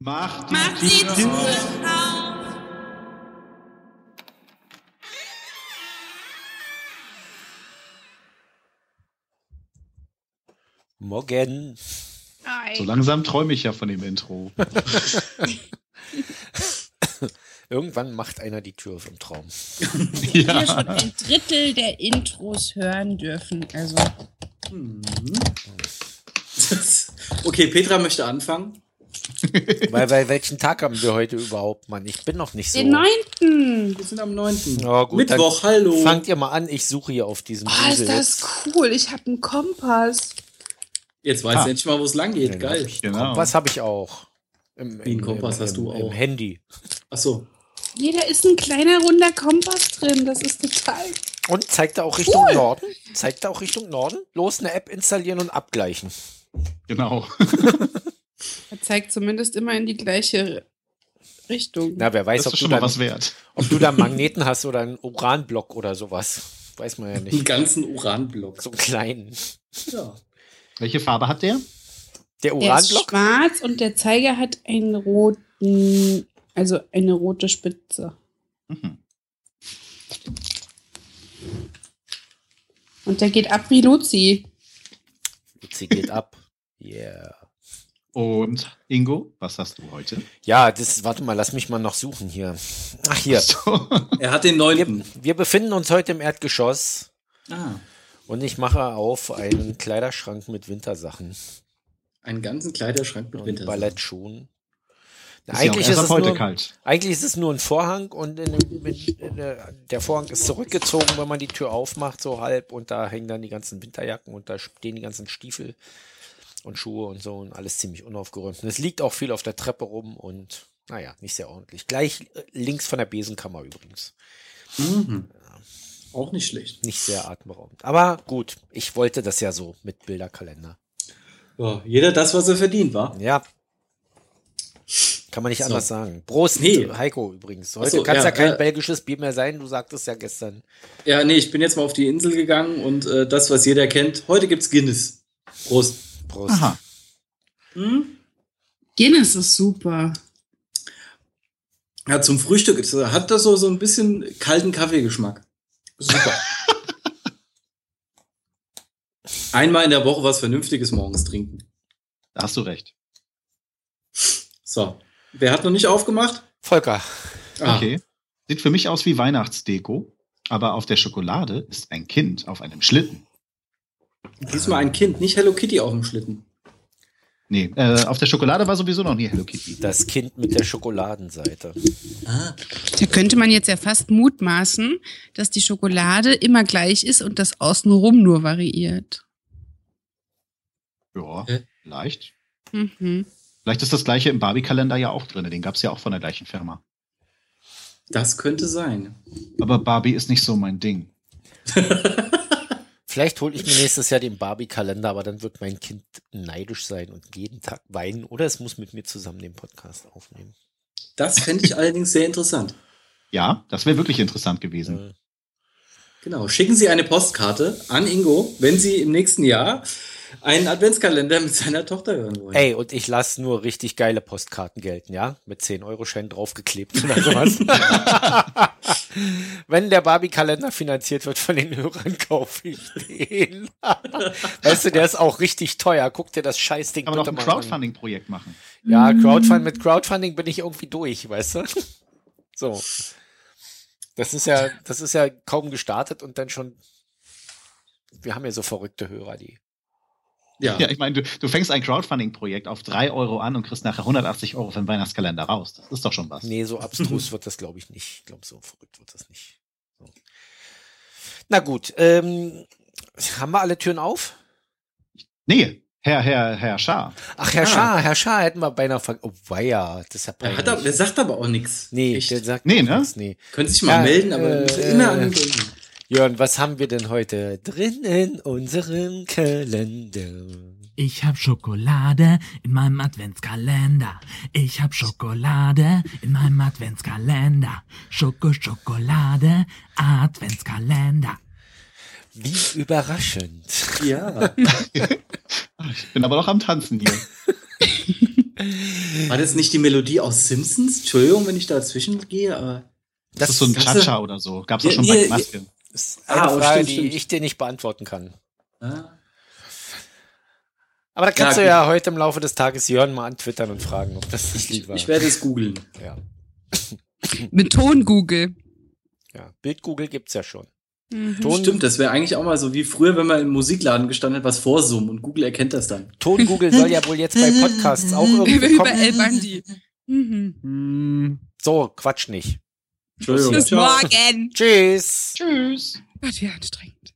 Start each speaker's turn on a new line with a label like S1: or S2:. S1: Mach die,
S2: Mach die
S1: Tür
S2: Tür
S1: auf.
S2: auf.
S3: Morgen.
S1: So
S2: Nein.
S1: langsam träume ich ja von dem Intro.
S3: Irgendwann macht einer die Tür auf im Traum.
S1: ja.
S2: Wir schon ein Drittel der Intros hören dürfen. Also,
S4: Okay, Petra möchte anfangen.
S3: Weil, weil welchen Tag haben wir heute überhaupt, Mann? Ich bin noch nicht so.
S2: den neunten.
S4: Wir sind am 9.
S3: Ja, gut,
S4: Mittwoch,
S3: dann
S4: hallo.
S3: Fangt ihr mal an, ich suche hier auf diesem
S2: Oh, ist
S3: Dusel jetzt.
S2: das cool. Ich habe einen Kompass.
S4: Jetzt weiß ich endlich mal, wo es lang geht.
S3: Den
S4: Geil.
S3: hab Ah. ich.
S1: Genau.
S3: Kompass habe ich auch. Im,
S4: Wie ein Kompass hast du
S3: im, Im
S4: auch.
S3: Handy.
S4: Achso.
S2: Nee, da ist ein kleiner runder Kompass drin. Das ist total.
S3: Und zeigt da auch Richtung Norden? Zeigt da auch Richtung Norden? Los, eine App installieren und abgleichen.
S1: Genau.
S2: Er zeigt zumindest immer in die gleiche Richtung.
S3: Na, wer weiß,
S1: Das
S3: ob
S1: ist
S3: du,
S1: schon mal
S3: dann,
S1: was wert.
S3: ob du da einen Magneten hast oder einen Uranblock oder sowas. Weiß man ja
S4: Den
S3: nicht.
S4: ganzen Uranblock.
S3: So einen kleinen.
S4: Ja.
S1: Welche Farbe hat der?
S3: Der
S2: der ist
S3: Uranblock?
S2: schwarz und der Zeiger hat einen roten, also eine rote Spitze.
S1: Mhm.
S2: Und der geht ab wie Luzi.
S3: Sie geht ab. Yeah.
S1: Und Ingo, was hast du heute?
S3: Ja, das, warte mal, lass mich mal noch suchen hier. Ach, hier.
S1: So.
S4: Er hat den
S3: Wir,
S4: 9.
S3: wir befinden uns heute im Erdgeschoss
S4: Ah,
S3: und ich mache auf einen Kleiderschrank mit Wintersachen
S4: einen ganzen Kleiderschrank mit
S3: und
S4: Winter.
S3: Ballettschuhen. Na,
S1: Ist ja auch
S3: Eigentlich ist,
S1: erst ab
S3: es
S1: heute
S3: nur,
S1: kalt.
S3: eigentlich ist es nur ein Vorhang und in, in, in, der Vorhang ist zurückgezogen, wenn man die Tür aufmacht, so halb und da hängen dann die ganzen Winterjacken und da stehen die ganzen Stiefel und Schuhe und so und alles ziemlich unaufgeräumt. Und es liegt auch viel auf der Treppe rum und naja, nicht sehr ordentlich. Gleich äh, links von der Besenkammer übrigens.
S4: Mhm. Auch nicht schlecht.
S3: nicht sehr atemberaubend. Aber gut, ich wollte das ja so mit Bilderkalender.
S4: Ja, jeder das, was er verdient, war.
S3: Ja. Kann man nicht
S4: So.
S3: anders sagen. Prost,
S4: Nee.
S3: Heiko übrigens.
S4: Ach
S3: Heute
S4: so,
S3: kann's kann es ja,
S4: ja,
S3: kein
S4: äh,
S3: belgisches Bier mehr sein, du sagtest ja gestern.
S4: Ja, nee, ich bin jetzt mal auf die Insel gegangen und äh, das, was jeder kennt. Heute gibt's Guinness. Prost.
S3: Prost.
S1: Aha.
S4: Hm?
S2: Guinness ist super.
S4: Ja, zum Frühstück ist- hat das so, so ein bisschen kalten Kaffeegeschmack. Super. Einmal in der Woche was Vernünftiges morgens trinken.
S1: Da hast du recht.
S4: So. Wer hat noch nicht aufgemacht?
S3: Volker,
S4: Ah,
S1: Okay. Sieht für mich aus wie Weihnachtsdeko, aber auf der Schokolade ist ein Kind auf einem Schlitten.
S4: Diesmal ein Kind, nicht Hello Kitty auf dem Schlitten.
S1: Nee, äh, auf der Schokolade war sowieso noch nie Hello Kitty.
S3: das Kind mit der Schokoladenseite.
S2: Da könnte man jetzt ja fast mutmaßen, dass die Schokolade immer gleich ist und das Außenrum nur variiert.
S1: Ja,
S4: Hä?
S1: vielleicht.
S2: Mhm.
S1: Vielleicht ist das gleiche im Barbie-Kalender ja auch drin. Den gab es ja auch von der gleichen Firma.
S4: Das könnte sein.
S1: Aber Barbie ist nicht so mein Ding.
S3: Vielleicht hole ich mir nächstes Jahr den Barbie-Kalender, aber dann wird mein Kind neidisch sein und jeden Tag weinen. Oder es muss mit mir zusammen den Podcast aufnehmen.
S4: Das fände ich allerdings sehr interessant.
S1: Ja, das wäre wirklich interessant gewesen.
S3: Äh,
S4: Genau. Schicken Sie eine Postkarte an Ingo, wenn Sie im nächsten Jahr einen Adventskalender mit seiner Tochter hören wollen.
S3: Ey, und ich lasse nur richtig geile Postkarten gelten, ja? Mit 10-Euro-Schein draufgeklebt oder sowas. Wenn der Barbie-Kalender finanziert wird von den Hörern, kaufe ich den. weißt du, der ist auch richtig teuer. Guck dir das Scheißding
S1: Kann man doch ein
S3: an.
S1: Crowdfunding-Projekt machen.
S3: Ja, Crowdfund, mit Crowdfunding bin ich irgendwie durch, weißt du? so. Das ist ja, das ist ja kaum gestartet und dann schon. Wir haben ja so verrückte Hörer, die.
S4: Ja.
S1: Ja, ich meine, du, du fängst ein Crowdfunding-Projekt auf 3 Euro an und kriegst nachher 180 Euro für den Weihnachtskalender raus. Das ist doch schon was.
S3: Nee, so abstrus wird das, glaube ich, nicht. Ich glaube, so verrückt wird das nicht. So. Na gut, ähm, haben wir alle Türen auf?
S1: Nee, Herr, Herr, Herr Schaar.
S3: Ach, Herr
S4: Ah.
S3: Schaar, Herr Schaar hätten wir beinahe ver... Oh, weia, das ist ja
S4: Er,
S3: peinlich.
S4: hat, aber- der sagt aber auch nichts.
S3: nee,
S4: Echt.
S3: der sagt
S1: Nee,
S3: auch
S1: ne?
S3: nichts, nee.
S4: Können Sie sich mal
S3: Ja,
S4: melden, aber
S3: äh,
S4: immer
S3: äh,
S4: an
S3: Jörn, was haben wir denn heute drin in unserem Kalender?
S5: Ich hab Schokolade in meinem Adventskalender. Ich hab Schokolade in meinem Adventskalender. Schoko Schokolade Adventskalender.
S3: Wie überraschend.
S4: Ja. Ah,
S1: Ich bin aber noch am Tanzen hier.
S4: War das nicht die Melodie aus Simpsons? Entschuldigung, wenn ich da dazwischen gehe, aber.
S1: Das, ist so ein
S4: das ist-
S1: Cha-Cha oder so. Gab's auch
S4: Ja,
S1: schon bei
S4: ja,
S1: Maske.
S3: Das ist
S4: Ah,
S3: eine
S4: oh,
S3: Frage,
S4: stimmt,
S3: die
S4: stimmt.
S3: ich dir nicht beantworten kann.
S4: Ah,
S3: Aber da kannst
S4: Ja,
S3: du
S4: gut.
S3: ja heute im Laufe des Tages Jörn mal antwittern und fragen, ob das das Lied
S4: ich,
S3: war.
S4: ich werde es googeln.
S3: ja.
S2: Mit Ton-Google.
S3: ja. Bild Google gibt's ja schon.
S2: Mhm.
S3: Ton,
S4: Stimmt, das wäre eigentlich auch mal so wie früher, wenn man im Musikladen gestanden hat, was vorsummen und Google erkennt das dann.
S3: Ton Google soll ja wohl jetzt bei Podcasts auch irgendwie
S2: Über
S3: kommen.
S2: El Bandi. Mhm.
S3: So, Quatsch nicht.
S4: Entschuldigung.
S2: Bis morgen.
S3: Tschüss.
S1: Tschüss.
S2: Gott, wie anstrengend.